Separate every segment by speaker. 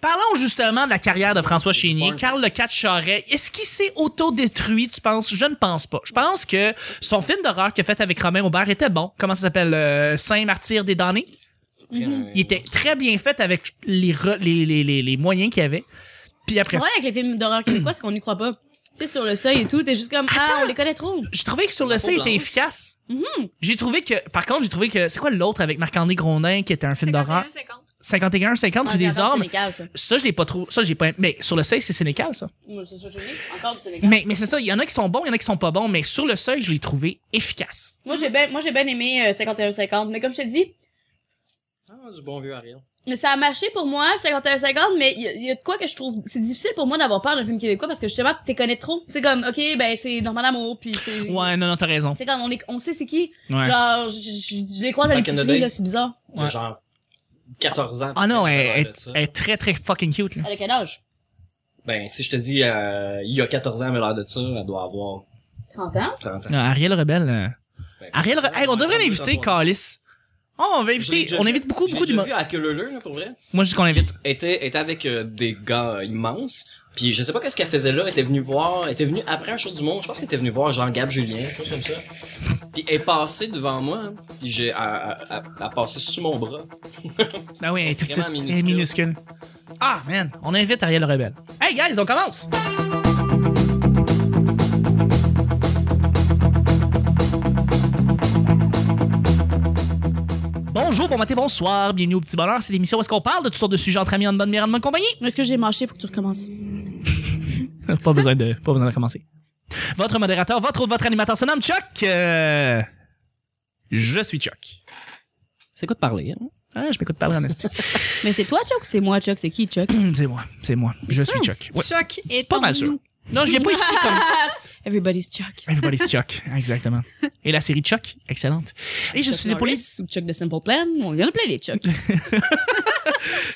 Speaker 1: Parlons justement de la carrière de François Chénier. Carl Le Cat Charret, est-ce qu'il s'est autodétruit, tu penses? Je ne pense pas. Je pense que son film d'horreur qu'il a fait avec Romain Aubert était bon. Comment ça s'appelle? Euh, Saint Martyr des damnés? Mhm.
Speaker 2: euh,
Speaker 1: Il était très bien fait avec les, re- les, les, les, les moyens qu'il avait. Puis après
Speaker 3: Le
Speaker 1: ça,
Speaker 3: problème avec les films d'horreur québécois, c'est qu'on n'y croit pas. Tu sais, sur le seuil et tout, t'es juste comme, ah, on les connaît trop.
Speaker 1: j'ai trouvé que sur le
Speaker 2: La
Speaker 1: C, il
Speaker 2: peau
Speaker 1: était
Speaker 2: blanche.
Speaker 1: efficace. J'ai trouvé que, par contre, j'ai trouvé que, c'est quoi l'autre avec Marc-André Grondin qui était un film d'horreur? 51,
Speaker 3: Ah,
Speaker 1: 50, Rue des Ormes. Ça, je l'ai pas trop. Ça, j'ai pas. Mais sur le seuil, c'est sénécal, ça.
Speaker 3: C'est ça, Encore du Sénégal.
Speaker 1: Mais, mais c'est ça, il y en a qui sont bons, il y en a qui sont pas bons, mais sur le seuil, je l'ai trouvé efficace.
Speaker 3: Moi, j'ai bien ai ben aimé euh, 51-50, mais comme je te dis,
Speaker 2: Ah, du bon vieux Ariel.
Speaker 3: Mais ça a marché pour moi, 51-50, mais il y a- il y, a de quoi que je trouve... C'est difficile pour moi d'avoir peur d'un film québécois parce que justement, t'es connais trop. C'est comme, OK, ben c'est normal amour, puis c'est...
Speaker 1: Ouais, non, non, t'as raison.
Speaker 3: C'est comme, on, est, on sait c'est qui.
Speaker 1: Ouais.
Speaker 3: Genre, je, je- je les croise à
Speaker 2: Back in the
Speaker 3: l'épicerie,
Speaker 2: days.
Speaker 3: là, c'est bizarre.
Speaker 2: Il y a
Speaker 1: Ouais.
Speaker 2: Genre 14 ans.
Speaker 1: Ah non, elle,
Speaker 2: elle
Speaker 1: elle- elle est très, très fucking cute, là.
Speaker 3: À quel âge?
Speaker 2: Ben, si je te dis, euh, il y a 14 ans, mais l'heure de ça, elle doit avoir
Speaker 3: 30 ans?
Speaker 2: 30 ans.
Speaker 1: Non, Ariel Rebelle. euh,
Speaker 2: Ben,
Speaker 1: Ariel Re-
Speaker 2: ça,
Speaker 1: Hey, on devrait
Speaker 2: encore
Speaker 1: l'inviter,
Speaker 2: deux, trois ans.
Speaker 1: Calis. Oh, on va
Speaker 2: Je l'ai
Speaker 1: inviter.
Speaker 2: déjà
Speaker 1: On
Speaker 2: vu.
Speaker 1: invite beaucoup,
Speaker 2: J'ai
Speaker 1: beaucoup
Speaker 2: déjà
Speaker 1: d'humains.
Speaker 2: vu à Queuleleu, là, pour vrai.
Speaker 1: Moi, je dis qu'on l'invite.
Speaker 2: était, était avec euh, des gars euh, immenses. Puis je sais pas qu'est-ce qu'elle faisait là. Elle était venue voir, elle était venue après un show du monde. Je pense qu'elle était venue voir Jean-Gab Julien, quelque chose comme ça. Puis elle est passée devant moi. hein. Puis j'ai, elle, elle- elle- elle a passé sous mon bras.
Speaker 1: Ah oui, elle est toute petite.
Speaker 2: Vraiment
Speaker 1: Elle est minuscule. Ah, man, on invite Ariel Rebelle. Hey, guys, on commence! Bonjour, bon matin, bonsoir, bienvenue au Petit Bonheur. C'est l'émission où est-ce qu'on parle de toutes sortes de sujets entre amis, en bonne mère, en bonne compagnie.
Speaker 3: Est-ce que j'ai mâché? Faut que tu recommences.
Speaker 1: pas, besoin de, pas besoin de commencer. Votre modérateur, votre autre, votre animateur, se nomme Chuck. Euh, Je suis Chuck.
Speaker 2: C'est quoi de parler, hein?
Speaker 1: Ah, je m'écoute parler en esti.
Speaker 3: Mais c'est toi, Chuck, ou c'est moi, Chuck? C'est qui, Chuck?
Speaker 1: C'est moi, c'est moi. Je suis Chuck. Ouais.
Speaker 4: Choc et
Speaker 1: Pas mal sûr. Non, je viens pas ici comme
Speaker 3: Everybody's Chuck.
Speaker 1: Everybody's Chuck, exactement. Et la série Chuck, excellente. Et je
Speaker 3: Chuck
Speaker 1: suis épaulé
Speaker 3: Norris Ou Chuck de Simple Plan? On y en a plein des Chuck.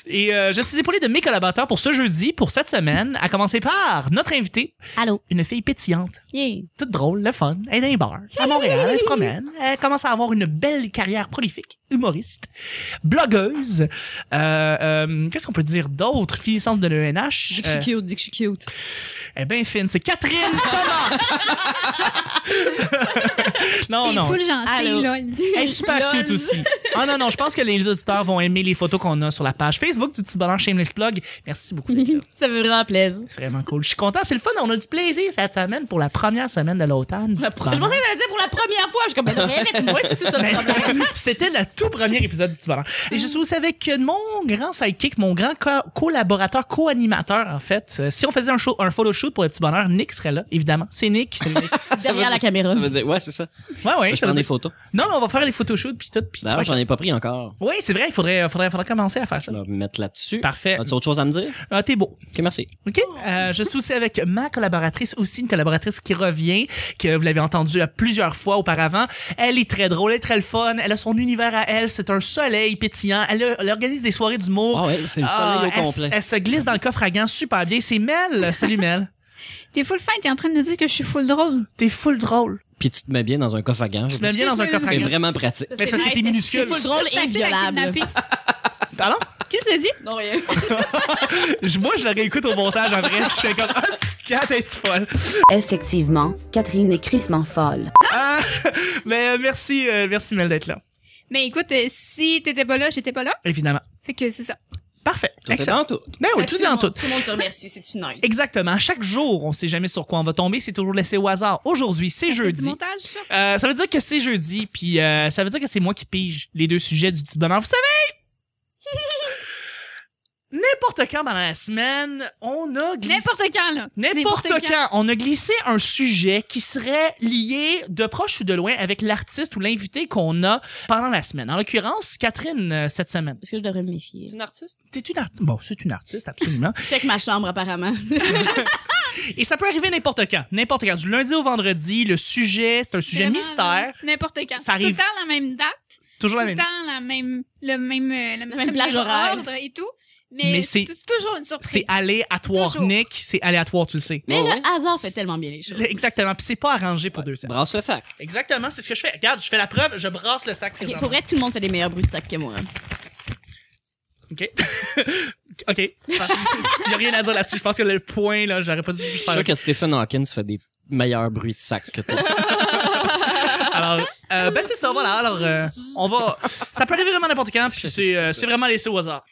Speaker 1: et euh, je suis épaulé de mes collaborateurs pour ce jeudi, pour cette semaine, à commencer par notre invitée,
Speaker 3: Allô?
Speaker 1: une fille pétillante,
Speaker 3: Yeah.
Speaker 1: toute drôle, le fun, elle est dans les bars, à Montréal, elle se promène, elle commence à avoir une belle carrière prolifique, humoriste, blogueuse. Euh, euh, Qu'est-ce qu'on peut dire d'autre, finissante de l'ENH?
Speaker 3: Dis que je suis cute, dis que je suis cute.
Speaker 1: euh, elle est bien fine, c'est Catherine Thomas. non,
Speaker 4: Il est
Speaker 1: non.
Speaker 4: full gentil,
Speaker 3: Oh Allô.
Speaker 4: là. il dit.
Speaker 1: Elle est super cute aussi. Ah non, non, je pense que les auditeurs vont aimer les photos qu'on a sur la page Facebook du petit bonheur Shameless Plug. Merci beaucoup d'être là.
Speaker 3: Ça me fait vraiment plaisir.
Speaker 1: C'est vraiment cool. Je suis content, c'est le fun. On a du plaisir cette semaine pour la première semaine de l'automne. du
Speaker 3: Je
Speaker 1: Petit Bonheur.
Speaker 3: pensais que t'allais dire pour la première fois. Je suis comme, ben, répète-moi si c'est ça le problème.
Speaker 1: C'était le tout premier épisode du Petit Bonheur. Et je suis aussi avec mon grand sidekick, mon grand co- collaborateur, co-animateur, en fait. Euh, si on faisait un, show, un photo shoot pour le Petit Bonheur, Nick serait là, évidemment. C'est Nick. C'est Nick.
Speaker 3: Derrière la caméra.
Speaker 2: Ça veut dire, ouais, c'est ça.
Speaker 1: Ouais, ouais.
Speaker 2: je
Speaker 1: ça veut
Speaker 2: prends des Ben,
Speaker 1: dire-
Speaker 2: photos.
Speaker 1: Non, mais on va faire les photos shoots puis tout. puis tu
Speaker 2: D'ailleurs,
Speaker 1: vas-
Speaker 2: Bah j'en ai pas pris encore.
Speaker 1: Oui, c'est vrai, il faudrait, faudrait, faudrait commencer à faire
Speaker 2: Je
Speaker 1: ça.
Speaker 2: vais me mettre là-dessus.
Speaker 1: Parfait.
Speaker 2: As-tu autre chose à me dire?
Speaker 1: Ah, t'es beau.
Speaker 2: Ok, merci.
Speaker 1: OK. Euh, je suis aussi avec ma collaboratrice, aussi une collaboratrice qui revient, que vous l'avez entendue à plusieurs fois auparavant. Elle est très drôle, elle est très le fun, elle a son univers à elle, c'est un soleil pétillant, elle, elle organise des soirées d'humour.
Speaker 2: Ah ouais, c'est le
Speaker 1: Ah,
Speaker 2: soleil au
Speaker 1: elle,
Speaker 2: complet.
Speaker 1: elle se glisse dans le coffre à gants super bien. C'est Mel. Salut Mel.
Speaker 4: T'es full fin, t'es en train de nous dire que je suis full drôle.
Speaker 1: T'es full drôle.
Speaker 2: Puis tu te mets bien dans un coffre à gants.
Speaker 1: Tu te mets bien dans un coffre à
Speaker 2: C'est
Speaker 1: gants.
Speaker 2: vraiment pratique.
Speaker 1: Mais c'est parce que t'es minuscule.
Speaker 3: full drôle et
Speaker 4: Facile à
Speaker 3: violable.
Speaker 4: kidnapper.
Speaker 1: Pardon?
Speaker 4: Qu'est-ce que t'as dit?
Speaker 3: Non, rien.
Speaker 1: Je- Moi, je la réécoute au montage en vrai. Je suis comme, ah, c'est quand t'es-tu folle?
Speaker 5: Effectivement, Catherine est crissement folle.
Speaker 1: Ah, mais euh, merci, euh, merci Mel d'être là.
Speaker 4: Mais écoute, euh, si t'étais pas là, j'étais pas là.
Speaker 1: Évidemment.
Speaker 4: Fait que c'est ça.
Speaker 1: Parfait.
Speaker 2: Tout est
Speaker 1: Excellent.
Speaker 2: dans tout.
Speaker 1: Ben oui, tout dans tout.
Speaker 3: le monde se remercie, c'est une nice.
Speaker 1: Exactement. À chaque jour, on sait jamais sur quoi on va tomber. C'est toujours laissé au hasard. Aujourd'hui, c'est
Speaker 4: C'est Du
Speaker 1: jeudi.
Speaker 4: montage, ça.
Speaker 1: Euh, ça veut dire que c'est jeudi, puis euh, ça veut dire que c'est moi qui pige les deux sujets du petit bonheur. Vous savez! N'importe quand pendant la semaine, on a glissé...
Speaker 4: N'importe quand, là.
Speaker 1: N'importe quand. on a glissé un sujet qui serait lié de proche ou de loin avec l'artiste ou l'invité qu'on a pendant la semaine. En l'occurrence, Catherine, euh, cette semaine.
Speaker 3: Est-ce que je devrais me méfier?
Speaker 2: une artiste?
Speaker 1: T'es une artiste. Bon, c'est une artiste, absolument.
Speaker 3: Check ma chambre, apparemment.
Speaker 1: Et ça peut arriver n'importe quand. N'importe quand. Du lundi au vendredi, le sujet, c'est un sujet
Speaker 4: Vraiment,
Speaker 1: mystère.
Speaker 4: là, N'importe quand.
Speaker 1: Ça
Speaker 4: C'est
Speaker 1: arrive.
Speaker 4: Tout le temps la même date.
Speaker 1: Toujours la
Speaker 4: tout le
Speaker 1: même.
Speaker 4: temps la même, le même, euh, la
Speaker 3: même plage horaire.
Speaker 4: ordre et tout. Mais,
Speaker 1: Mais
Speaker 4: c'est
Speaker 1: c'est-
Speaker 4: c'est toujours une surprise.
Speaker 1: C'est aléatoire,
Speaker 4: Toujours.
Speaker 1: Nick. C'est aléatoire, tu le sais.
Speaker 3: Mais
Speaker 2: Ouais, ouais.
Speaker 3: le hasard fait tellement bien les choses.
Speaker 1: Exactement. Puis c'est pas arrangé pour deux sacs.
Speaker 2: Brasse le sac.
Speaker 1: Exactement, c'est ce que je fais. Regarde, je fais la preuve, je brasse le sac
Speaker 3: Ok,
Speaker 1: présentement.
Speaker 3: pour vrai, tout le monde fait des meilleurs bruits de sac que moi.
Speaker 1: OK. OK. Il n'y a rien à dire là-dessus. Je pense que le point, là, j'aurais pas dû
Speaker 2: Je suis
Speaker 1: faire.
Speaker 2: sûr que Stephen Hawkins fait des meilleurs bruits de sac que toi.
Speaker 1: Alors, euh, ben c'est ça, voilà. Alors, euh, on va. Ça peut arriver vraiment n'importe quand, puis c'est euh, c'est vraiment laissé au hasard.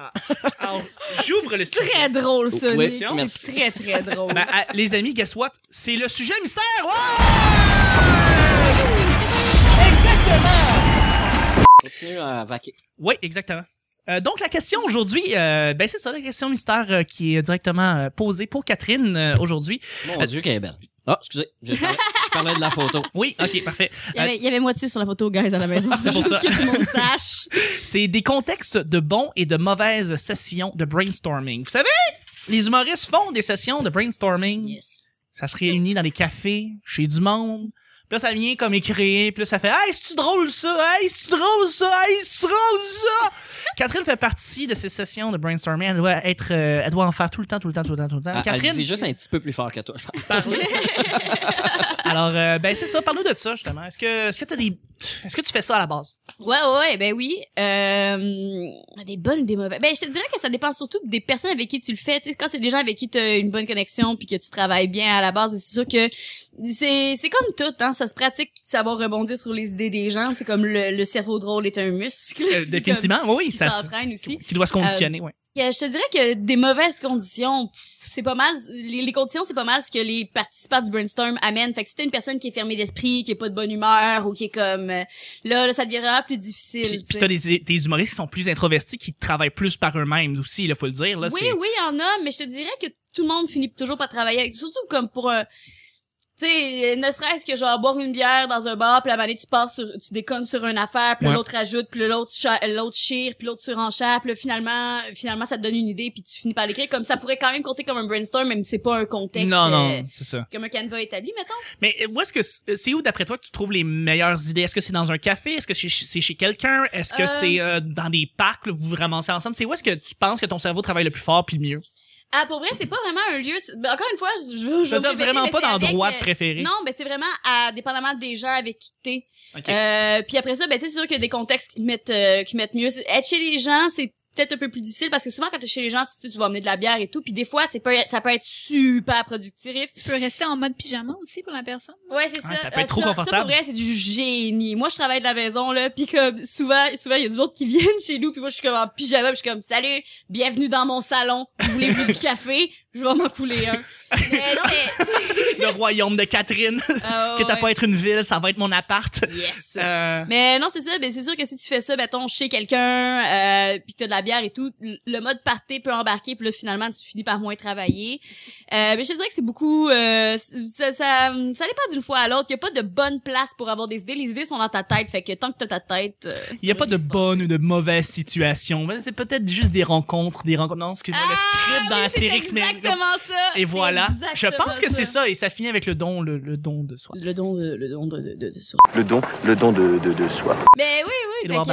Speaker 1: Ah. Alors, j'ouvre le sujet.
Speaker 3: Très drôle, ça.
Speaker 2: Ouais,
Speaker 3: Nick.
Speaker 2: merci.
Speaker 3: c'est très, très drôle.
Speaker 1: Ben, ah, les amis, guess what? C'est le sujet mystère! Ouais!
Speaker 2: Continue à vaquer.
Speaker 1: Oui, exactement. Euh, donc, la question aujourd'hui, euh, ben, c'est ça, la question mystère euh, qui est directement euh, posée pour Catherine euh, aujourd'hui.
Speaker 2: Mon Dieu, qu'elle est belle. Ah, excusez, je parlais, je parlais de la photo.
Speaker 1: Oui, ok, parfait.
Speaker 3: Il y, avait, il y avait moi dessus sur la photo, guys, à la maison.
Speaker 1: C'est pour
Speaker 3: juste
Speaker 1: ça.
Speaker 3: que tout le monde sache.
Speaker 1: C'est des contextes de bons et de mauvaises sessions de brainstorming. Vous savez, les humoristes font des sessions de brainstorming.
Speaker 3: Yes.
Speaker 1: Ça se réunit dans les cafés, chez du monde. Puis là, ça vient comme écrire. Puis là, ça fait Hey, c'est-tu drôle ça? Hey, c'est-tu drôle ça? Hey, c'est-tu drôle ça? Catherine fait partie de ces sessions de brainstorming. Elle doit, être, euh, elle doit en faire tout le temps, tout le temps, tout le temps, tout le temps.
Speaker 2: Elle, elle
Speaker 1: Catherine,
Speaker 2: dit juste un petit peu plus fort que toi.
Speaker 1: parle- Alors, euh, ben, c'est ça. Parle-nous de ça, justement. Est-ce que, est-ce que t'as des. Est-ce que tu fais ça à la base?
Speaker 3: Ouais, ouais, ouais, ben oui. Euh, des bonnes ou des mauvaises. Ben, je te dirais que ça dépend surtout des personnes avec qui tu le fais. Tu sais, quand c'est des gens avec qui tu as une bonne connexion puis que tu travailles bien à la base, c'est sûr que c'est, c'est comme tout, hein. Ça se pratique, savoir rebondir sur les idées des gens. C'est comme le, le cerveau drôle est un muscle.
Speaker 1: Euh, définitivement, oui,
Speaker 3: Qui
Speaker 1: ça.
Speaker 3: s'entraîne aussi.
Speaker 1: Qui doit se conditionner, oui.
Speaker 3: Euh, Je te dirais que des mauvaises conditions, pff, c'est pas mal. Les, les conditions, c'est pas mal ce que les participants du brainstorm amènent. Fait que si t'es une personne qui est fermée d'esprit, qui est pas de bonne humeur ou qui est comme euh, là, là, ça devient vraiment plus difficile.
Speaker 1: Puis,
Speaker 3: tu
Speaker 1: puis
Speaker 3: sais.
Speaker 1: t'as des, des humoristes qui sont plus introvertis, qui travaillent plus par eux-mêmes aussi, il faut le dire. Là,
Speaker 3: oui,
Speaker 1: c'est-
Speaker 3: oui, il y en a, mais je te dirais que tout le monde finit toujours par travailler avec. Surtout comme pour un. Tu sais, ne serait-ce que genre boire une bière dans un bar, puis la manée, tu passes sur, tu déconnes sur une affaire, puis là,
Speaker 1: Ouais.
Speaker 3: l'autre ajoute, puis là, l'autre cha- l'autre chire, puis l'autre surenchère, puis là, finalement, finalement, ça te donne une idée, puis tu finis par l'écrire. Comme ça pourrait quand même compter comme un brainstorm, même si c'est pas un contexte.
Speaker 1: Non,
Speaker 3: euh,
Speaker 1: non, c'est ça.
Speaker 3: Comme un canevas établi, mettons.
Speaker 1: Mais euh, où est-ce que c- c'est où d'après toi que tu trouves les meilleures idées Est-ce que c'est dans un café Est-ce que c'est c'est chez quelqu'un Est-ce que
Speaker 3: Euh.
Speaker 1: c'est euh, dans des parcs là, vous vous ramassez ensemble C'est où est-ce que tu penses que ton cerveau travaille le plus fort puis le mieux
Speaker 3: Ah, pour vrai, c'est pas vraiment un lieu. c'est- ben, Encore une fois, je, je, je,
Speaker 1: Je te
Speaker 3: vais me
Speaker 1: donne
Speaker 3: répéter,
Speaker 1: vraiment
Speaker 3: mais
Speaker 1: pas
Speaker 3: c'est avec,
Speaker 1: d'endroit
Speaker 3: euh,
Speaker 1: préféré.
Speaker 3: Non, ben c'est vraiment à, dépendamment des gens avec qui t'es.
Speaker 1: Ok.
Speaker 3: Euh, puis après ça, ben tu sais, c'est sûr qu'il y a des contextes qui mettent euh, qui mettent mieux. C'est- Être chez les gens, c'est peut-être un peu plus difficile parce que souvent quand t'es chez les gens, tu, tu vas amener de la bière et tout. Puis des fois, c'est pas ça peut être super productif.
Speaker 4: Tu peux rester en mode pyjama aussi pour la personne.
Speaker 3: Ouais, c'est
Speaker 1: Ouais,
Speaker 3: ça. Euh,
Speaker 1: ça peut être trop
Speaker 3: ça, Ça,
Speaker 1: confortable.
Speaker 3: pour vrai, c'est du génie. Moi, je travaille de la maison, là, puis comme souvent, souvent, il y a du monde qui viennent chez nous, puis moi, je suis comme en pyjama, puis je suis comme, salut, bienvenue dans mon salon, vous voulez plus du café? Je vais m'en couler un. Mais non, mais...
Speaker 1: Le royaume de Catherine,
Speaker 3: Ah,
Speaker 1: que t'as
Speaker 3: ouais.
Speaker 1: pas être une ville, ça va être mon appart.
Speaker 3: Yes.
Speaker 1: Euh,
Speaker 3: Mais non, c'est ça. Ben, c'est sûr que si tu fais ça, mettons, chez quelqu'un, euh, puis que t'as de la bière et tout, l- le mode party peut embarquer, puis là, finalement, tu finis par moins travailler. Euh, mais je te dirais que c'est beaucoup... euh, c- ça, ça, ça dépend d'une fois à l'autre. Il a pas de bonne place pour avoir des idées. Les idées sont dans ta tête, fait que tant que t'as ta tête... euh, ça
Speaker 1: Il n'y a
Speaker 3: va
Speaker 1: pas de
Speaker 3: bien se
Speaker 1: bonne ou de mauvaise situation. Mais C'est peut-être juste des rencontres, des rencontres. Non, excuse-moi,
Speaker 3: passer.
Speaker 1: le script
Speaker 3: Ah,
Speaker 1: dans
Speaker 3: oui,
Speaker 1: Astérix,
Speaker 3: c'est
Speaker 1: mais.
Speaker 3: exactement ça.
Speaker 1: Et
Speaker 3: C'est
Speaker 1: voilà. Je
Speaker 3: exactement
Speaker 1: pense que c'est ça, et ça finit avec le don, le, le don de soi.
Speaker 3: Le don de, le don de, de, de, de soi.
Speaker 6: le don, le don de, de, de soi.
Speaker 3: Mais Ben oui, oui, fait
Speaker 1: Édouard
Speaker 3: que,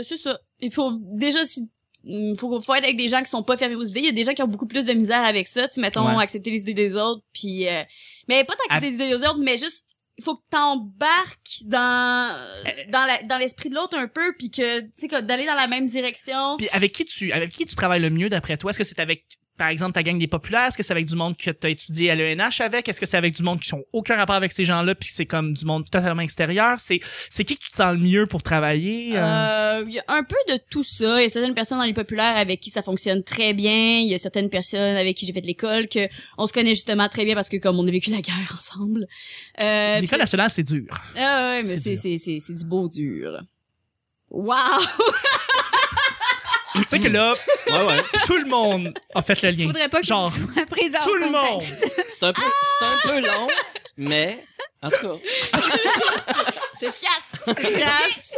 Speaker 3: euh, c'est ça. Il faut déjà si il faut, faut être avec des gens qui sont pas fermés aux idées. Il y a des gens qui ont beaucoup plus de misère avec ça. Tu sais, mettons,
Speaker 1: Ouais.
Speaker 3: accepter les idées des autres, puis... euh, mais pas d'accepter les idées des autres, mais juste, il faut que t'embarques dans
Speaker 1: Euh,
Speaker 3: dans la- dans l'esprit de l'autre un peu, puis que, tu sais, que d'aller dans la même direction.
Speaker 1: Puis avec qui tu avec qui tu travailles le mieux d'après toi Est-ce que c'est avec par exemple ta gang des populaires Est-ce que c'est avec du monde que tu as étudié à l'ENH avec Est-ce que c'est avec du monde qui ont aucun rapport avec ces gens-là puis c'est comme du monde totalement extérieur C'est c'est qui que tu te sens le mieux pour travailler euh?
Speaker 3: Euh, Il y a un peu de tout ça. Il y a certaines personnes dans les populaires avec qui ça fonctionne très bien. Il y a certaines personnes avec qui j'ai fait de l'école que on se connaît justement très bien parce que comme on a vécu la guerre ensemble. Euh,
Speaker 1: L'école nationale, c'est dur.
Speaker 3: puis- ah ouais,
Speaker 1: c'est
Speaker 3: mais c'est
Speaker 1: dur.
Speaker 3: c'est c'est c'est du beau dur. Wow!
Speaker 1: tu sais que là,
Speaker 2: Ouais, ouais.
Speaker 1: tout le monde a fait le lien.
Speaker 4: Faudrait pas que
Speaker 1: Genre,
Speaker 4: tu sois présent.
Speaker 1: Tout
Speaker 4: au
Speaker 1: le monde.
Speaker 4: contexte.
Speaker 2: C'est un, peu- c'est un peu long, mais en tout cas,
Speaker 3: C'est efficace! C'est efficace!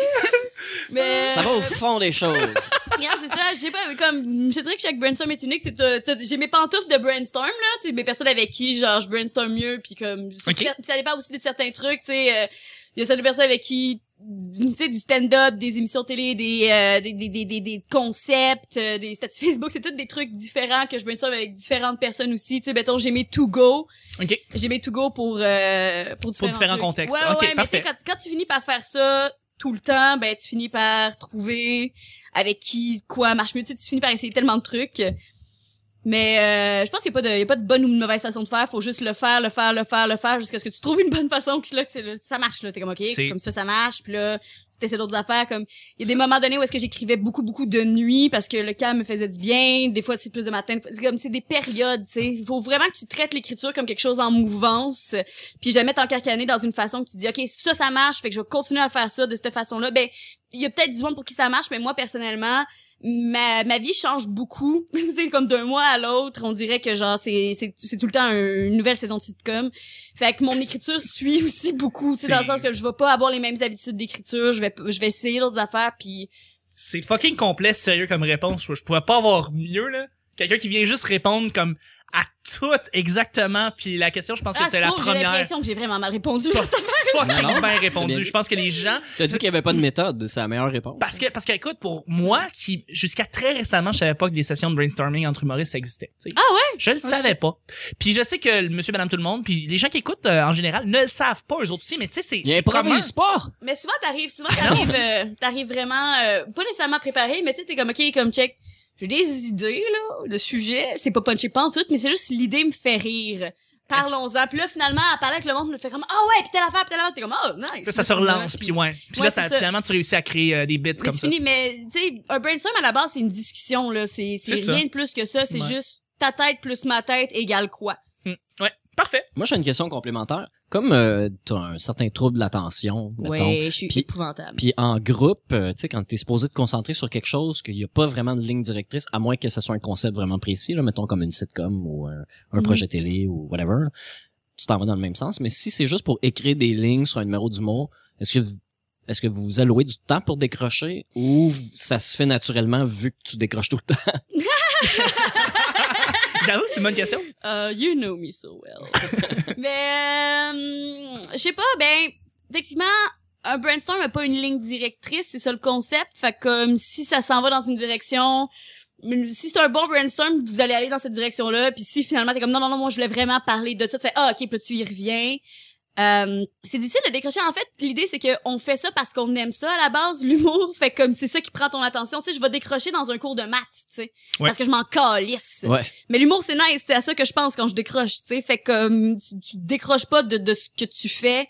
Speaker 3: mais
Speaker 2: ça va au fond des choses.
Speaker 3: Regarde, c'est ça, je sais pas, mais comme, je te dirais que chaque brainstorm est unique, c'est t'as- t'as- j'ai mes pantoufles de brainstorm, là, c'est mes personnes avec qui, genre, je brainstorm mieux, puis comme, sur
Speaker 1: Ok.
Speaker 3: cer- puis ça dépend aussi de certains trucs, tu sais, euh, il y a certaines personnes avec qui, tu sais, du stand-up, des émissions télé, des, euh, des, des, des, des, des concepts, euh, des statuts Facebook, c'est tous des trucs différents que je brainstorm avec différentes personnes aussi, tu sais, mettons, j'ai mes to-go,
Speaker 1: OK.
Speaker 3: j'ai mes to-go pour, euh, pour différents,
Speaker 1: différents
Speaker 3: trucs.
Speaker 1: contextes.
Speaker 3: Ouais,
Speaker 1: Ok,
Speaker 3: ouais, mais tu
Speaker 1: parfait.
Speaker 3: sais, quand, quand tu finis par faire ça, tout le temps, ben tu finis par trouver avec qui quoi marche mieux. Tu, sais, tu finis par essayer tellement de trucs. Mais euh, je pense qu'il n'y a, pas de- il y a pas de bonne ou de mauvaise façon de faire. faut juste le faire, le faire, le faire, le faire jusqu'à ce que tu trouves une bonne façon. Puis là, c'est le- ça marche. Là, t'es comme, OK,
Speaker 1: C'est-
Speaker 3: comme ça, ça marche. Puis là, tu t'essaies d'autres affaires. Comme Il y a des moments donnés où est-ce que j'écrivais beaucoup, beaucoup de nuit parce que le calme me faisait du bien. Des fois, c'est plus de matin. C'est comme, c'est des périodes, tu sais. Il faut vraiment que tu traites l'écriture comme quelque chose en mouvance. Puis jamais t'encarcaner dans une façon que tu dis, OK, ça, ça marche. Fait que je vais continuer à faire ça de cette façon-là. Ben, il y a peut-être du monde pour qui ça marche, mais moi, personnellement, ma, ma vie change beaucoup. c'est comme d'un mois à l'autre, on dirait que genre c'est c'est c'est tout le temps un- une nouvelle saison de sitcom. Fait que mon écriture suit aussi beaucoup, c'est dans le
Speaker 1: C'est-
Speaker 3: sens que je vais pas avoir les mêmes habitudes d'écriture, je vais je vais essayer d'autres affaires puis
Speaker 1: C'est fucking complet, sérieux comme réponse. Je, je pouvais pas avoir mieux, là. Quelqu'un qui vient juste répondre comme à tout exactement, puis la question, je pense
Speaker 3: ah,
Speaker 1: que
Speaker 3: c'est
Speaker 1: t'es la
Speaker 3: drôle, j'ai
Speaker 1: première.
Speaker 3: l'impression que j'ai vraiment mal répondu.
Speaker 1: Pas
Speaker 2: Non, non.
Speaker 1: fucking bien
Speaker 2: C'est bien
Speaker 1: répondu.
Speaker 2: dit.
Speaker 1: Je pense que les gens
Speaker 2: T'as dit qu'il y avait pas de méthode, c'est la meilleure réponse.
Speaker 1: Parce que, parce que, écoute, pour moi, qui, jusqu'à très récemment, je savais pas que des sessions de brainstorming entre humoristes ça existait. tu sais.
Speaker 3: Ah ouais?
Speaker 1: Je le
Speaker 4: Moi
Speaker 1: savais pas. Puis je sais que le monsieur, madame, tout le monde, puis les gens qui écoutent, euh, en général, ne le savent pas, eux autres aussi, mais tu sais, c'est,
Speaker 2: Il
Speaker 1: c'est commun.
Speaker 2: improvise pas!
Speaker 3: Mais souvent t'arrives, souvent
Speaker 1: Ah
Speaker 3: t'arrives, euh, t'arrives vraiment euh, pas nécessairement préparé, mais tu sais t'es comme ok, comme check. J'ai des idées là, de sujets. C'est pas punché pas en tout, mais c'est juste l'idée me fait rire. Parlons-en. Puis là finalement, à parler avec le monde, me fait comme ah ouais, puis telle affaire, puis telle affaire, t'es comme oh nice.
Speaker 1: Puis ça se relance, puis ouais. Puis
Speaker 3: Ouais,
Speaker 1: là,
Speaker 3: c'est
Speaker 1: ça,
Speaker 3: ça.
Speaker 1: finalement, tu réussis à créer euh, des bits
Speaker 3: Mais
Speaker 1: comme
Speaker 3: tu
Speaker 1: ça.
Speaker 3: finis, mais tu sais, un brainstorm à la base c'est une discussion là, c'est c'est
Speaker 1: C'est ça.
Speaker 3: rien de plus que ça. C'est
Speaker 1: Ouais.
Speaker 3: juste ta tête plus ma tête égale quoi.
Speaker 1: Ouais. Parfait.
Speaker 2: Moi, j'ai une question complémentaire. Comme euh, t'as un certain trouble de l'attention, mettons,
Speaker 3: Ouais, je suis
Speaker 2: Puis-
Speaker 3: épouvantable.
Speaker 2: puis en groupe, euh, tu sais, quand t'es supposé te concentrer sur quelque chose, qu'il n'y a pas vraiment de ligne directrice, à moins que ce soit un concept vraiment précis, là, mettons comme une sitcom ou un, un
Speaker 3: Mhm.
Speaker 2: projet télé ou whatever, tu t'en vas dans le même sens. Mais si c'est juste pour écrire des lignes sur un numéro d'humour, est-ce que est-ce que vous vous allouez du temps pour décrocher ou ça se fait naturellement vu que tu décroches tout le temps?
Speaker 1: J'avoue, c'est une bonne question.
Speaker 3: Uh, you know me so well. Mais euh, je sais pas, ben techniquement un brainstorm n'a pas une ligne directrice, c'est ça le concept. Fait que, comme si ça s'en va dans une direction, si c'est un bon brainstorm, vous allez aller dans cette direction-là. Puis si finalement t'es comme non non non, moi je voulais vraiment parler de tout, fait ah ok, puis là, tu y reviens. Euh, c'est difficile de décrocher. En fait, l'idée c'est que on fait ça parce qu'on aime ça à la base, l'humour. Fait que, comme c'est ça qui prend ton attention. Tu sais, je vais décrocher dans un cours de maths, tu sais,
Speaker 1: Ouais.
Speaker 3: parce que je m'en calisse.
Speaker 2: Ouais.
Speaker 3: Mais l'humour, c'est nice. C'est à ça que je pense quand je décroche, tu sais. Fait que um, tu, tu décroches pas de, de ce que tu fais.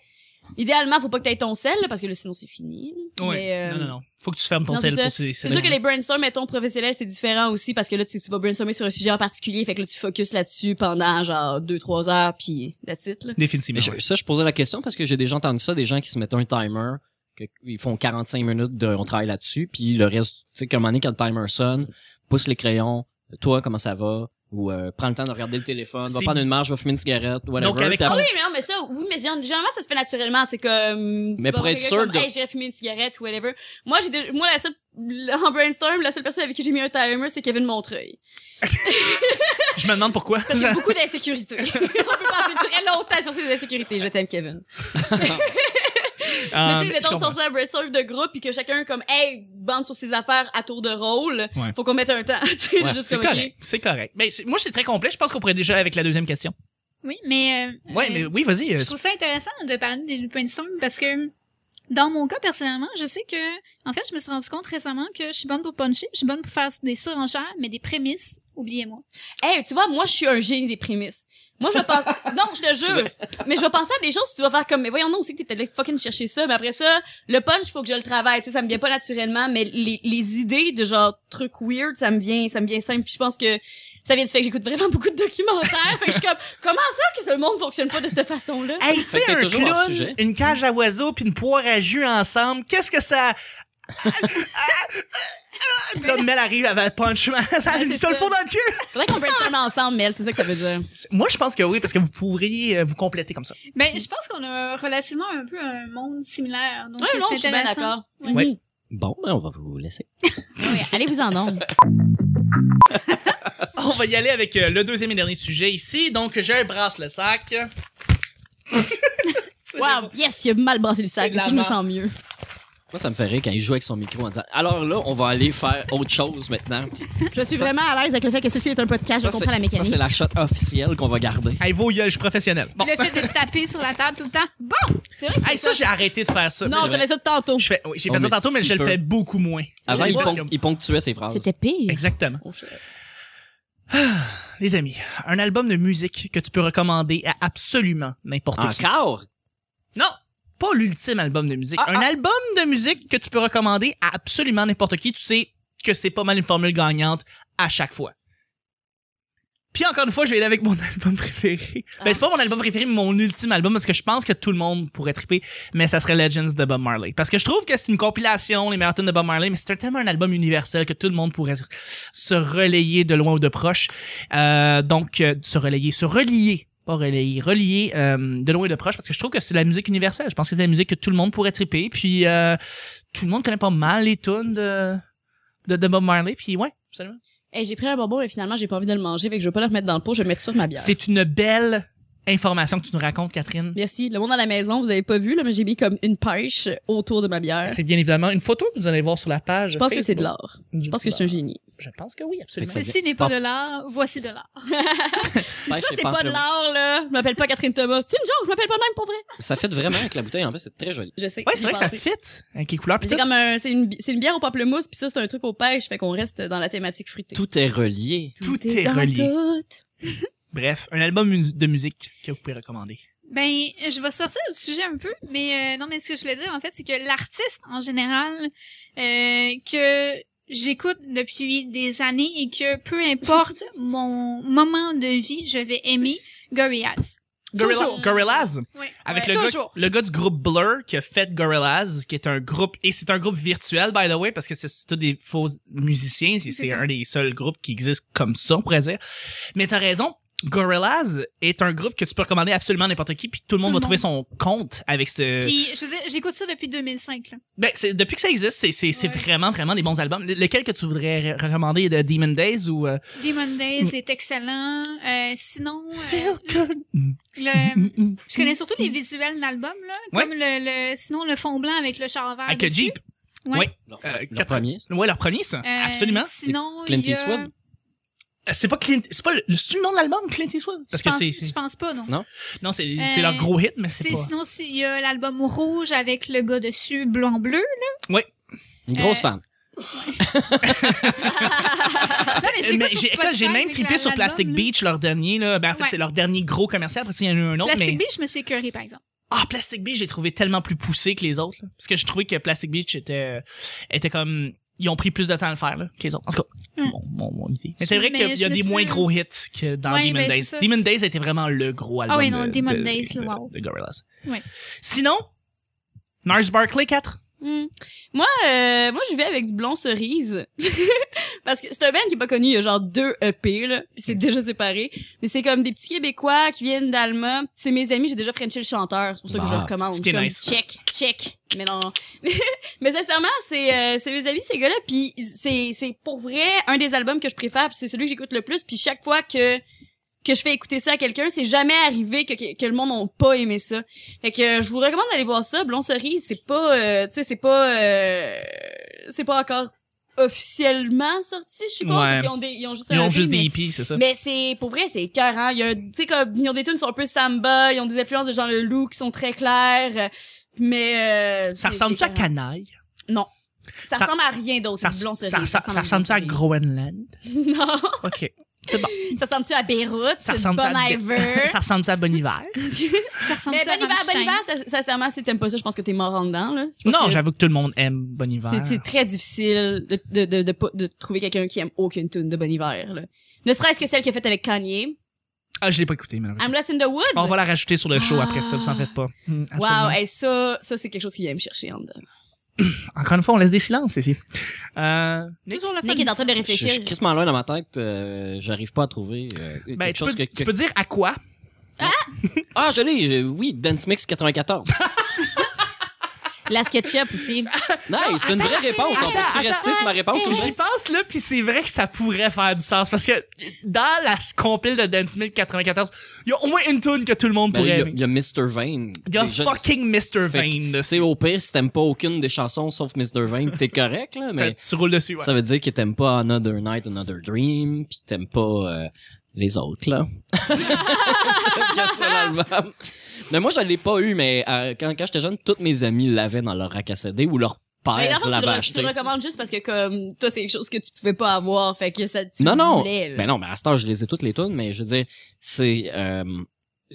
Speaker 3: Idéalement, faut pas que t'aies ton sel, là, parce que là, sinon, c'est fini. là. Mais,
Speaker 1: Ouais.
Speaker 3: euh,
Speaker 1: Non, non, non. Faut que tu fermes ton
Speaker 3: non,
Speaker 1: sel
Speaker 3: c'est
Speaker 1: pour
Speaker 3: ça.
Speaker 1: ces
Speaker 3: C'est sûr que les brainstorms, mettons, professionnels, c'est différent aussi, parce que là, tu, tu vas brainstormer sur un sujet en particulier, fait que là, tu focuses là-dessus pendant, genre, deux, trois heures, puis that's it, là.
Speaker 1: Définitivement.
Speaker 2: Mais je-
Speaker 1: Ah ouais.
Speaker 2: ça, je posais la question parce que j'ai déjà entendu ça, des gens qui se mettent un timer, que, ils font 45 minutes de, on travaille là-dessus, puis le reste, tu sais, comme on est quand le timer sonne, pousse les crayons, toi, comment ça va, ou euh, prends le temps de regarder le téléphone, va
Speaker 1: C'est-
Speaker 2: prendre une marche, va fumer une cigarette, whatever.
Speaker 1: Donc, avec-
Speaker 2: puis après-
Speaker 3: Oui, mais non, mais ça, oui, mais généralement, ça se fait naturellement. C'est comme. tu
Speaker 2: Mais
Speaker 3: vas
Speaker 2: pour être
Speaker 3: faire
Speaker 2: sûr
Speaker 3: comme,
Speaker 2: de-
Speaker 3: Hey, j'irais fumer une cigarette, whatever. Moi, j'ai déjà- moi, la seule, en brainstorm, la seule personne avec qui j'ai mis un timer, c'est Kevin Montreuil.
Speaker 1: Je me demande pourquoi. Ah,
Speaker 3: Parce que j'ai beaucoup d'insécurité. On peut passer très longtemps sur ces insécurités. Je t'aime, Kevin.
Speaker 1: Euh,
Speaker 3: mais tu sais,
Speaker 1: Ah, je
Speaker 3: mettons, si
Speaker 1: comprends.
Speaker 3: on fait un brainstorm de groupe puis que chacun, comme, hey, bande sur ses affaires à tour de rôle,
Speaker 1: Ouais.
Speaker 3: faut qu'on mette un temps. Tu sais,
Speaker 2: Ouais,
Speaker 3: juste
Speaker 1: C'est
Speaker 3: comme, ok.
Speaker 1: correct. C'est correct. Mais c'est- moi, c'est très complet. Je pense qu'on pourrait déjà avec la deuxième question.
Speaker 4: Oui, mais. euh,
Speaker 1: Ouais,
Speaker 4: euh,
Speaker 1: mais oui, vas-y. euh,
Speaker 4: Je trouve ça intéressant de parler des brainstorms parce que dans mon cas personnellement, je sais que en fait, je me suis rendu compte récemment que je suis bonne pour puncher, je suis bonne pour faire des surenchères, mais des prémices, oubliez-moi.
Speaker 3: Hey, tu vois, moi, je suis un génie des prémices. Moi, je pense, non, je te jure. Mais je vais penser à des choses, puis tu vas faire comme, mais voyons, non, on sait que t'étais allé fucking chercher ça, mais après ça, le punch, faut que je le travaille, tu sais, ça me vient pas naturellement, mais les, les idées de genre, trucs weird, ça me vient, ça me vient simple, puis je pense que ça vient du fait que j'écoute vraiment beaucoup de documentaires, fait que je suis comme, comment ça que le monde fonctionne pas de cette façon-là?
Speaker 1: Hey, tu
Speaker 2: Fait que
Speaker 1: sais,
Speaker 2: t'es
Speaker 1: un
Speaker 2: toujours hors
Speaker 1: clown,
Speaker 2: sujet.
Speaker 1: une cage à oiseaux puis une poire à jus ensemble, qu'est-ce que ça... Puis là, Mel arrive avec punch, ça lui
Speaker 3: c'est
Speaker 1: ça le
Speaker 3: ça.
Speaker 1: fond dans le cul.
Speaker 3: Faudrait qu'on brainstorm ensemble, Mel, c'est ça que ça veut dire.
Speaker 1: Moi, je pense que oui, parce que vous pourriez euh, vous compléter comme ça.
Speaker 4: Ben,
Speaker 3: Mm.
Speaker 4: je pense qu'on a relativement un peu un monde similaire. Donc,
Speaker 3: Ouais,
Speaker 4: c'est
Speaker 3: non, je suis bien
Speaker 4: intéressant.
Speaker 3: d'accord.
Speaker 4: Ouais.
Speaker 1: Ouais.
Speaker 2: Bon, ben, on va vous laisser.
Speaker 3: Ouais, allez-vous en nombre.
Speaker 1: On va y aller avec euh, le deuxième et dernier sujet ici. Donc, je brasse le sac. C'est
Speaker 3: Wow, yes, il a mal brassé le sac,
Speaker 1: C'est de la
Speaker 3: si je me
Speaker 1: merde.
Speaker 3: sens mieux.
Speaker 2: Moi, ça me fait rire quand il joue avec son micro en disant Alors là, on va aller faire autre chose maintenant.
Speaker 3: Je suis
Speaker 2: Ça-
Speaker 3: vraiment à l'aise avec le fait que ceci est un podcast,
Speaker 2: Ça,
Speaker 3: je
Speaker 2: c'est-
Speaker 3: comprends la
Speaker 2: Ça,
Speaker 3: mécanique.
Speaker 2: c'est la shot officielle qu'on va garder.
Speaker 1: Hey, vos gueules, je suis professionnel. Bon.
Speaker 4: Le fait de taper sur la table tout le temps. Bon!
Speaker 3: C'est vrai que
Speaker 1: Hey, ça, j'ai arrêté de faire ça.
Speaker 3: Non,
Speaker 1: Je-
Speaker 3: t'avais ça de tantôt.
Speaker 1: Je fais, oui, j'ai
Speaker 2: Oh,
Speaker 1: fait ça
Speaker 2: mais
Speaker 1: tantôt, mais
Speaker 2: si
Speaker 1: je le
Speaker 2: peu.
Speaker 1: fais beaucoup moins.
Speaker 3: Ah,
Speaker 2: Avant,
Speaker 1: Je
Speaker 2: il,
Speaker 1: le fais
Speaker 2: ponc-
Speaker 1: comme-
Speaker 2: il ponctuait ses phrases.
Speaker 3: C'était pire.
Speaker 1: Exactement. Ah,
Speaker 3: Oh, shit.
Speaker 1: Les amis, un album de musique que tu peux recommander à absolument
Speaker 2: Ah,
Speaker 1: n'importe qui.
Speaker 2: Encore Ben,
Speaker 1: Non, pas l'ultime album de musique.
Speaker 2: Ah,
Speaker 1: un
Speaker 2: ah.
Speaker 1: album de musique que tu peux recommander à absolument n'importe qui. Tu sais que c'est pas mal une formule gagnante à chaque fois. Puis encore une fois, je vais aller avec mon album préféré. Ben, c'est
Speaker 2: Ah.
Speaker 1: pas mon album préféré, mais mon ultime album, parce que je pense que tout le monde pourrait triper, mais ça serait Legends de Bob Marley. Parce que je trouve que c'est une compilation, les marathons de Bob Marley, mais c'est tellement un album universel que tout le monde pourrait se- se relayer de loin ou de proche. Euh, donc, euh, se relayer, se relier, pas relayer, relier euh, de loin et de proche, parce que je trouve que c'est de la musique universelle. Je pense que c'est de la musique que tout le monde pourrait triper. Puis, euh, tout le monde connaît pas mal les tunes de, de, de Bob Marley. Puis, ouais, absolument.
Speaker 3: Hey, j'ai pris un bonbon et finalement, j'ai pas envie de le manger, fait que je vais pas le remettre dans le pot, je vais le mettre sur ma bière.
Speaker 1: C'est une belle information que tu nous racontes, Catherine.
Speaker 3: Merci. Le monde à la maison, vous avez pas vu, là, mais j'ai mis comme une pêche autour de ma bière.
Speaker 1: C'est bien évidemment une photo que vous allez voir sur la page.
Speaker 3: Je pense que c'est de l'or. Je pense que je suis un génie.
Speaker 1: Je pense que oui, absolument.
Speaker 2: C'est-
Speaker 4: Ceci n'est pas de l'art, voici de l'art.
Speaker 3: Si ça,
Speaker 2: Pêche et
Speaker 3: c'est pas de
Speaker 2: pamplemousse.
Speaker 3: l'or, là. Je m'appelle pas Catherine Thomas. C'est une joke, je m'appelle pas de même pour vrai.
Speaker 2: Ça fait vraiment avec la bouteille en plus, c'est très joli.
Speaker 3: Je sais.
Speaker 1: Ouais,
Speaker 3: j'y
Speaker 1: c'est vrai que ça
Speaker 3: pensais.
Speaker 1: fit avec les couleurs. puis
Speaker 3: C'est
Speaker 1: tout.
Speaker 3: comme un, c'est une, bi- c'est une bière au pamplemousse, puis ça, c'est un truc aux pêches, fait qu'on reste dans la thématique fruitée.
Speaker 2: Tout est relié.
Speaker 1: Tout est
Speaker 3: dans
Speaker 1: relié.
Speaker 3: tout.
Speaker 1: Bref, un album mus- de musique que vous pouvez recommander.
Speaker 4: Ben, je vais sortir du sujet un peu, mais euh, non, mais ce que je voulais dire, en fait, c'est que l'artiste en général euh, que j'écoute depuis des années et que peu importe mon moment de vie, je vais aimer Gorillaz. Toujours.
Speaker 1: Gorillaz.
Speaker 4: Ouais.
Speaker 1: Avec
Speaker 4: Ouais.
Speaker 1: le, gars,
Speaker 4: Toujours.
Speaker 1: le gars du groupe Blur qui a fait Gorillaz, qui est un groupe, et c'est un groupe virtuel, by the way, parce que c'est c'est tous des faux musiciens, c'est- c'est un des seuls groupes qui existent comme ça, on pourrait dire. Mais t'as raison, Gorillaz est un groupe que tu peux recommander à absolument n'importe qui, puis tout le monde
Speaker 4: Tout
Speaker 1: va
Speaker 4: le
Speaker 1: trouver son compte avec ce...
Speaker 4: Puis, je veux dire, j'écoute ça depuis 2005. Là.
Speaker 1: Ben, c'est- depuis que ça existe, c'est c'est- c'est
Speaker 4: Ouais.
Speaker 1: vraiment, vraiment des bons albums. Le- Lequel que tu voudrais re- recommander de Demon Days ou... euh,
Speaker 4: Demon Days est excellent. Euh, sinon, euh, le,
Speaker 1: Mm, mm.
Speaker 4: je connais surtout les visuels de l'album, là,
Speaker 1: Ouais.
Speaker 4: comme le, le, sinon le fond blanc avec le char vert.
Speaker 1: Avec le
Speaker 4: dessus.
Speaker 1: Jeep.
Speaker 4: Ouais.
Speaker 1: Ouais.
Speaker 2: Leur,
Speaker 1: Euh,
Speaker 2: leur
Speaker 1: quatre-
Speaker 2: premier.
Speaker 1: Ouais, leur premier, ça.
Speaker 4: Euh,
Speaker 1: Absolument.
Speaker 4: Sinon,
Speaker 2: Clint
Speaker 4: il y a-
Speaker 2: Eastwood?
Speaker 1: Euh, C'est pas Clint, c'est pas le, le- c'est le nom de l'album Clint Eastwood parce
Speaker 4: je,
Speaker 1: que
Speaker 4: pense,
Speaker 1: c'est
Speaker 4: je
Speaker 1: c'est-
Speaker 4: pense pas, non.
Speaker 2: Non.
Speaker 1: non c'est c'est
Speaker 4: Euh,
Speaker 1: leur gros hit mais
Speaker 4: Tu
Speaker 1: c'est
Speaker 4: sais,
Speaker 1: pas
Speaker 4: Sinon, si- il y a l'album rouge avec le gars dessus, blanc-bleu.
Speaker 2: Une grosse
Speaker 4: Euh,
Speaker 2: femme.
Speaker 4: Non, mais
Speaker 1: Euh,
Speaker 4: j'écoute
Speaker 1: mais
Speaker 4: sur
Speaker 1: j'ai écoute,
Speaker 4: Spotify
Speaker 1: j'ai même
Speaker 4: avec
Speaker 1: trippé
Speaker 4: la-
Speaker 1: sur Plastic
Speaker 4: l'album, là.
Speaker 1: Beach leur dernier là ben en fait
Speaker 4: Ouais.
Speaker 1: c'est leur dernier gros commercial après ça, il y en a eu un autre
Speaker 4: Plastic
Speaker 1: mais
Speaker 4: Beach, je me suis écœurée, par exemple.
Speaker 1: ah Plastic Beach j'ai trouvé tellement plus poussé que les autres là. parce que je trouvais que Plastic Beach était était comme ils ont pris plus de temps à le faire là, que les autres en tout cas
Speaker 4: Hmm.
Speaker 1: mon, mon, mon idée mais
Speaker 4: Je-
Speaker 1: c'est vrai
Speaker 4: mais
Speaker 1: qu'il y
Speaker 4: je
Speaker 1: a
Speaker 4: me
Speaker 1: des
Speaker 4: suis- euh,
Speaker 1: moins gros hits que dans
Speaker 4: Ouais,
Speaker 1: Demon
Speaker 4: ben, c'est
Speaker 1: Days
Speaker 4: ça. Ah
Speaker 1: Demon Days était vraiment le gros album
Speaker 4: ouais, non,
Speaker 1: de,
Speaker 4: Demon
Speaker 1: de-
Speaker 4: Days,
Speaker 1: de-
Speaker 4: wow.
Speaker 1: de Gorillaz
Speaker 4: Ouais.
Speaker 1: sinon Mars Barkley 4
Speaker 3: Hmm. Moi, euh, moi, je vais avec du blond cerise. Parce que c'est un band qui est pas connu, il y a genre deux EP, là, pis c'est déjà séparé. Mais c'est comme des petits Québécois qui viennent d'Alma. C'est mes amis, j'ai déjà frenché le chanteur, c'est pour ça que
Speaker 2: Bah,
Speaker 3: je le recommande.
Speaker 1: c'est ce qui est
Speaker 3: Comme,
Speaker 1: nice.
Speaker 3: Check, check. Mais non, non. Mais sincèrement, c'est euh, c'est mes amis, ces gars-là, puis c'est c'est pour vrai un des albums que je préfère, puis c'est celui que j'écoute le plus, puis chaque fois que que je fais écouter ça à quelqu'un, c'est jamais arrivé que, que, que le monde n'a pas aimé ça. Fait que euh, je vous recommande d'aller voir ça. Blond cerise, c'est pas, euh, tu sais, c'est pas, euh, c'est pas encore officiellement sorti, je suppose,
Speaker 1: Ouais.
Speaker 3: parce qu'ils ont des, ils ont juste,
Speaker 1: ils
Speaker 3: un
Speaker 1: ont
Speaker 3: EP,
Speaker 1: juste
Speaker 3: mais-
Speaker 1: des hippies c'est ça
Speaker 3: mais c'est pour vrai, c'est cœur. Hein? Il y a, un- tu sais comme ils ont des tunes qui sont un peu samba, ils ont des influences de Jean Leloup qui sont très claires. euh, Mais euh,
Speaker 1: Ça
Speaker 3: c'est-
Speaker 1: ressemble-tu
Speaker 3: c'est
Speaker 1: à
Speaker 3: cœur, hein.
Speaker 1: Canaille?
Speaker 3: Ça
Speaker 1: ça-
Speaker 3: ressemble à rien d'autre.
Speaker 1: Ça,
Speaker 3: c'est du blond
Speaker 1: res-
Speaker 3: cerise,
Speaker 1: ça, ça- ça
Speaker 3: à du
Speaker 1: ressemble-tu à
Speaker 3: blond
Speaker 1: Groenland?
Speaker 3: cerise. Non.
Speaker 1: OK.
Speaker 3: Ça ressemble-tu à Beyrouth?
Speaker 1: Ça
Speaker 3: Ça
Speaker 1: ressemble-tu
Speaker 3: Bon
Speaker 1: à-
Speaker 3: Iver?
Speaker 1: Ça ressemble-tu à Bon Hiver?
Speaker 4: Ça ressemble
Speaker 3: Mais
Speaker 4: à
Speaker 3: Bon Iver, Bon
Speaker 4: Rammstein.
Speaker 3: Iver, ça- sincèrement, si t'aimes pas ça, je pense que t'es mort en dedans. Là. Je pense
Speaker 1: Non,
Speaker 3: que
Speaker 1: j'avoue que tout le monde aime Bon Hiver.
Speaker 3: c'est, c'est très difficile de, de, de, de, pas- de trouver quelqu'un qui aime aucune tune de Bon Hiver. Là. Ne serait-ce que celle qu'il a faite avec Kanye.
Speaker 1: Ah, je l'ai pas écouté, malheureusement.
Speaker 3: I'm Lost in the Woods.
Speaker 1: On va la rajouter sur le show
Speaker 3: Ah.
Speaker 1: après ça, vous en faites pas. Mm, absolument.
Speaker 3: wow, et ça, ça c'est quelque chose qui vient me chercher en dedans.
Speaker 1: Encore une fois, on laisse des silences ici. Euh, Nick?
Speaker 4: Toujours le
Speaker 3: Nick
Speaker 4: fun.
Speaker 3: est en train de
Speaker 2: Je je
Speaker 3: réfléchir.
Speaker 2: suis crissement loin dans ma tête. euh, J'arrive pas à trouver euh, quelque
Speaker 1: Ben, tu,
Speaker 2: chose
Speaker 1: peux,
Speaker 2: que...
Speaker 1: tu
Speaker 2: que-
Speaker 1: peux dire à quoi?
Speaker 2: Ah, je l'ai. je- Oui, Dance Mix 94.
Speaker 3: La SketchUp aussi.
Speaker 2: Nice, c'est une vraie réponse. En fait, tu
Speaker 1: attends,
Speaker 2: restais sur ma réponse ou
Speaker 1: J'y pense là, puis c'est vrai que ça pourrait faire du sens parce que dans la compile de Dance Mill 94, il y a au moins une tune que tout le monde
Speaker 2: Ben, Il y
Speaker 1: pourrait
Speaker 2: a-
Speaker 1: aimer.
Speaker 2: il y, a Mr. Vane.
Speaker 1: Il y a
Speaker 2: Des jeunes-
Speaker 1: fucking Mr.
Speaker 2: Fait que,
Speaker 1: Vane. là.
Speaker 2: Tu sais, au pire, si t'aimes pas aucune des chansons sauf Mr. Vane, t'es correct, là, mais
Speaker 1: Tu roules dessus, ouais.
Speaker 2: ça veut dire que t'aimes pas Another Night, Another Dream, pis t'aimes pas euh, les autres, là. Il y a ça dans l'album. Mais moi, je l'ai pas eu, mais euh, quand, quand j'étais jeune, toutes mes amis l'avaient dans leur rack à CD ou leur
Speaker 3: Mais
Speaker 2: père
Speaker 3: d'abord, tu,
Speaker 2: l'avait
Speaker 3: le- tu
Speaker 2: acheté.
Speaker 3: le recommandes juste parce que comme toi c'est quelque chose que tu pouvais pas avoir, fait que ça tu
Speaker 2: non, non.
Speaker 3: voulais, là.
Speaker 2: Ben non, mais à ce temps, je les ai toutes les tunes, mais je veux dire, c'est, euh,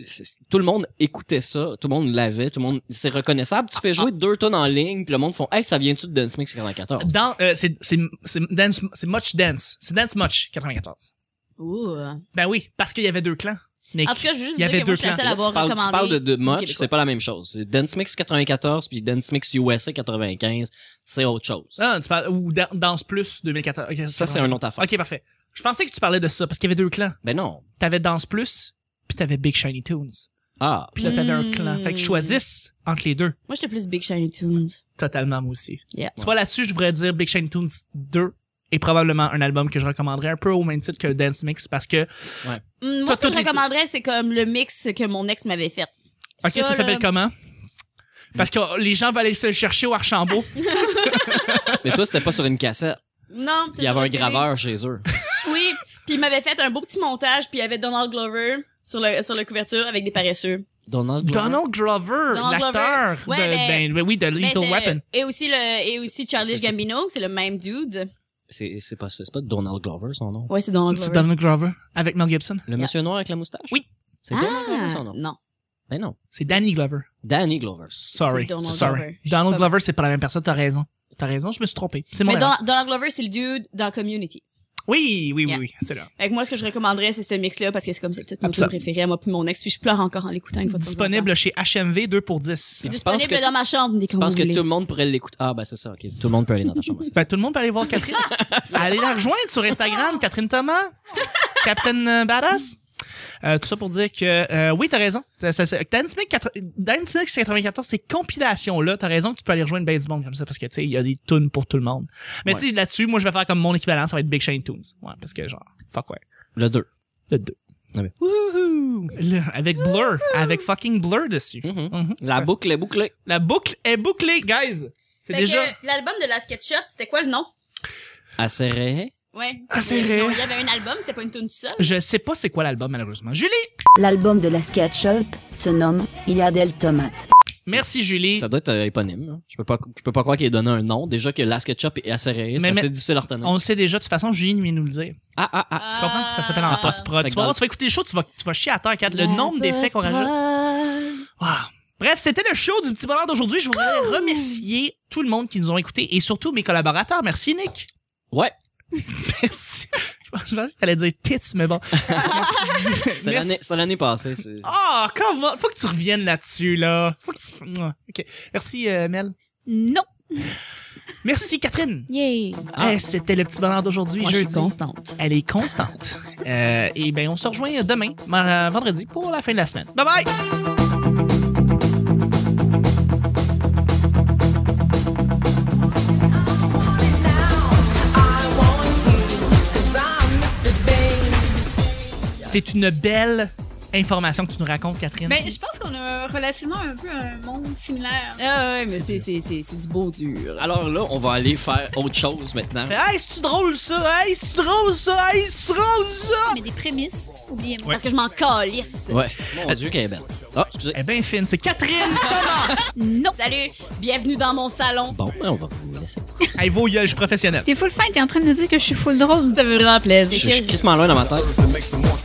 Speaker 2: c'est- tout le monde écoutait ça, tout le monde l'avait, tout le monde, c'est reconnaissable.
Speaker 3: Ah,
Speaker 2: Tu fais jouer deux tunes en ligne, puis le monde font, hey, ça vient-tu de Dance Mix 94?
Speaker 1: Dans, euh, c'est, c'est, c'est Dance, c'est Much Dance. C'est Dance Much 94.
Speaker 3: Ouh.
Speaker 1: Ben oui, parce qu'il y avait deux clans. Nick.
Speaker 3: En tout cas, je veux juste
Speaker 1: Il y
Speaker 3: dire
Speaker 1: avait
Speaker 3: que moi,
Speaker 1: deux
Speaker 3: je suis la
Speaker 1: plans.
Speaker 3: seule à
Speaker 2: Là,
Speaker 3: avoir
Speaker 2: tu parles, tu
Speaker 3: recommandé.
Speaker 2: parles de, de
Speaker 3: du
Speaker 2: Much,
Speaker 3: Québécois.
Speaker 2: c'est pas la même chose. C'est Dance Mix 94 puis Dance Mix USA 95, c'est autre chose.
Speaker 1: Ah, tu parles, ou Dan- Danse Plus 2014. Ok,
Speaker 2: Ça, c'est un autre affaire.
Speaker 1: Ok, parfait. Je pensais que tu parlais de ça parce qu'il y avait deux clans.
Speaker 2: Ben non.
Speaker 1: T'avais Danse Plus, puis t'avais Big Shiny Tunes.
Speaker 2: Ah.
Speaker 1: Puis là, t'avais un
Speaker 3: Mm.
Speaker 1: clan. Fait que choisissent entre les deux.
Speaker 3: Moi, j'étais plus Big Shiny Tunes.
Speaker 1: Totalement, moi aussi.
Speaker 3: Yeah.
Speaker 1: Tu vois, là-dessus, je voudrais dire Big Shiny Tunes 2 est probablement un album que je recommanderais un peu au même titre que Dance Mix parce que.
Speaker 3: Hum,
Speaker 1: Toi,
Speaker 3: Moi, ce que
Speaker 1: toutes
Speaker 3: je
Speaker 1: les-
Speaker 3: recommanderais, c'est comme le mix que mon ex m'avait fait.
Speaker 1: Ok, ça,
Speaker 3: là,
Speaker 1: s'appelle comment? Parce que oh, les gens veulent aller se le chercher au Archambault.
Speaker 2: Mais toi, c'était pas sur une cassette.
Speaker 3: Non,
Speaker 2: Il y avait un
Speaker 3: c'est-
Speaker 2: graveur chez eux.
Speaker 3: Oui, puis il m'avait fait un beau petit montage, puis il y avait Donald Glover sur le sur la couverture avec des paresseux.
Speaker 2: Donald Glover.
Speaker 1: Donald Glover,
Speaker 3: Donald
Speaker 1: l'acteur
Speaker 3: Glover. Ouais,
Speaker 1: de,
Speaker 3: mais-
Speaker 1: ben, ben oui, de
Speaker 3: Mais
Speaker 1: Lethal
Speaker 3: c'est-
Speaker 1: Weapon.
Speaker 3: Et aussi le et aussi Charlie
Speaker 2: c'est- c'est-
Speaker 3: Gambino, c'est le même dude.
Speaker 2: C'est c'est pas, c'est pas Donald Glover, son nom.
Speaker 3: Ouais, c'est Donald
Speaker 1: C'est
Speaker 3: Glover.
Speaker 1: Donald Glover avec Mel Gibson.
Speaker 2: Le monsieur noir avec la moustache?
Speaker 1: Oui.
Speaker 2: C'est Donald Glover,
Speaker 3: Ah,
Speaker 2: son nom.
Speaker 3: non.
Speaker 2: Ben non.
Speaker 1: C'est Danny Glover.
Speaker 2: Danny Glover.
Speaker 1: Sorry.
Speaker 3: C'est Donald
Speaker 1: Sorry.
Speaker 3: Glover. Je
Speaker 1: Donald
Speaker 3: sais pas.
Speaker 1: Glover, c'est pas la même personne. T'as raison. T'as raison, je me suis trompé. C'est mon
Speaker 3: Mais
Speaker 1: erreur.
Speaker 3: Don- Donald Glover, c'est le dude dans Community.
Speaker 1: Oui, oui, oui,
Speaker 3: Yeah.
Speaker 1: oui. C'est là.
Speaker 3: Fait que moi, ce que je recommanderais, c'est ce mix-là, parce que c'est comme c'est peut-être mon
Speaker 1: Absolument.
Speaker 3: film préféré à moi puis mon ex, puis je pleure encore en l'écoutant une fois de temps en temps.
Speaker 1: Disponible chez HMV 2 pour 10.
Speaker 2: Je
Speaker 3: C'est
Speaker 2: pense
Speaker 3: disponible
Speaker 2: que-
Speaker 3: dans ma chambre, dès qu'on
Speaker 2: Je pense que
Speaker 3: voulez.
Speaker 2: tout le monde pourrait l'écouter. Ah, ben c'est ça, ok. Tout le monde peut aller dans ta chambre. c'est ça.
Speaker 1: Ben, tout le monde peut aller voir Catherine. Allez la rejoindre sur Instagram, Catherine Thomas, Captain euh, Badass. Euh, tout ça pour dire que euh, oui, t'as raison. Ça- ça- ça- Dance Mix 4- Dance Mix 94, ces compilations-là, t'as raison que tu peux aller rejoindre ben du monde comme ça parce que tu sais, il y a des tunes pour tout le monde. Mais
Speaker 2: Ouais.
Speaker 1: tu sais, là-dessus, moi je vais faire comme mon équivalent, ça va être Big Shane Tunes. Ouais, parce que genre, fuck ouais.
Speaker 2: Le 2.
Speaker 1: Le 2.
Speaker 2: Ah ben.
Speaker 1: Wouhou! Le- Avec Blur, avec fucking Blur dessus.
Speaker 2: Mm-hmm.
Speaker 1: Mhm.
Speaker 2: La boucle est bouclée.
Speaker 1: La boucle est bouclée, guys! C'est
Speaker 3: Fait
Speaker 1: déjà.
Speaker 3: que l'album de la SketchUp, c'était quoi le nom?
Speaker 2: À serrer.
Speaker 3: Ouais.
Speaker 1: Ah, c'est
Speaker 3: Il y avait-
Speaker 1: vrai.
Speaker 3: Il y avait un album, c'était pas une tune seule.
Speaker 1: Je sais pas c'est quoi l'album, malheureusement. Julie!
Speaker 5: L'album de la SketchUp se nomme Il y a des tomates.
Speaker 1: Merci, Julie.
Speaker 2: Ça doit être euh, éponyme. hein. Je peux pas, je peux pas croire qu'il ait donné un nom. Déjà que Last Ketchup et Aceré, c'est
Speaker 1: Mais-
Speaker 2: assez
Speaker 1: mais-
Speaker 2: difficile à retenir.
Speaker 1: On le sait déjà, de toute façon, Julie vient nous le dire.
Speaker 2: Ah, ah, ah.
Speaker 1: Tu comprends? Ça s'appelle en post-prod.
Speaker 2: Fait que
Speaker 1: Tu vas,
Speaker 2: dans-
Speaker 1: voir, tu vas écouter le show, tu vas, tu vas chier à terre, Kat. Le nombre d'effets qu'on rajoute. Wow. Bref, c'était le show du petit bonheur d'aujourd'hui. Je voudrais remercier tout le monde qui nous ont écoutés et surtout mes collaborateurs. Merci, Nick.
Speaker 2: Ouais.
Speaker 1: Merci. Je pense- je pensais que t'allais dire tits, mais bon. Ah,
Speaker 2: C'est l'année- c'est l'année passée. c'est-
Speaker 1: Oh, comment? Faut que tu reviennes là-dessus, là. Faut que tu... Mouah. OK. Merci, euh, Mel.
Speaker 4: Non.
Speaker 1: Merci, Catherine.
Speaker 3: Yay!
Speaker 2: Ah.
Speaker 1: Eh, c'était le petit bonheur d'aujourd'hui.
Speaker 3: Moi, je suis
Speaker 1: jeudi.
Speaker 3: constante.
Speaker 1: Elle est constante. Euh, et bien, on se rejoint demain, mar- euh, vendredi, pour la fin de la semaine. Bye bye! C'est une belle information que tu nous racontes, Catherine.
Speaker 4: Ben, je pense qu'on a relativement un peu un monde similaire.
Speaker 3: Ah ouais, mais c'est, c'est, c'est, c'est du beau dur.
Speaker 2: Alors là, on va aller faire autre chose maintenant.
Speaker 1: Hey, c'est-tu drôle ça? Hey, c'est drôle ça? Hey, c'est drôle ça?
Speaker 4: Mais des prémices, oubliez-moi.
Speaker 3: Parce que je m'en calisse.
Speaker 2: Ouais. Mon Dieu, qu'elle est belle. Ah, excusez.
Speaker 1: Eh bien, fine, c'est Catherine Thomas!
Speaker 4: Non.
Speaker 3: Salut! Bienvenue dans mon salon.
Speaker 2: Bon, ben, on va vous laisser.
Speaker 1: hey, vos gueules, je suis professionnel.
Speaker 4: T'es full fin, t'es en train de nous dire que je suis full drôle.
Speaker 3: Ça me rend
Speaker 2: Je
Speaker 3: plaisir.
Speaker 2: suis crissement loin dans ma tête.
Speaker 7: It makes me want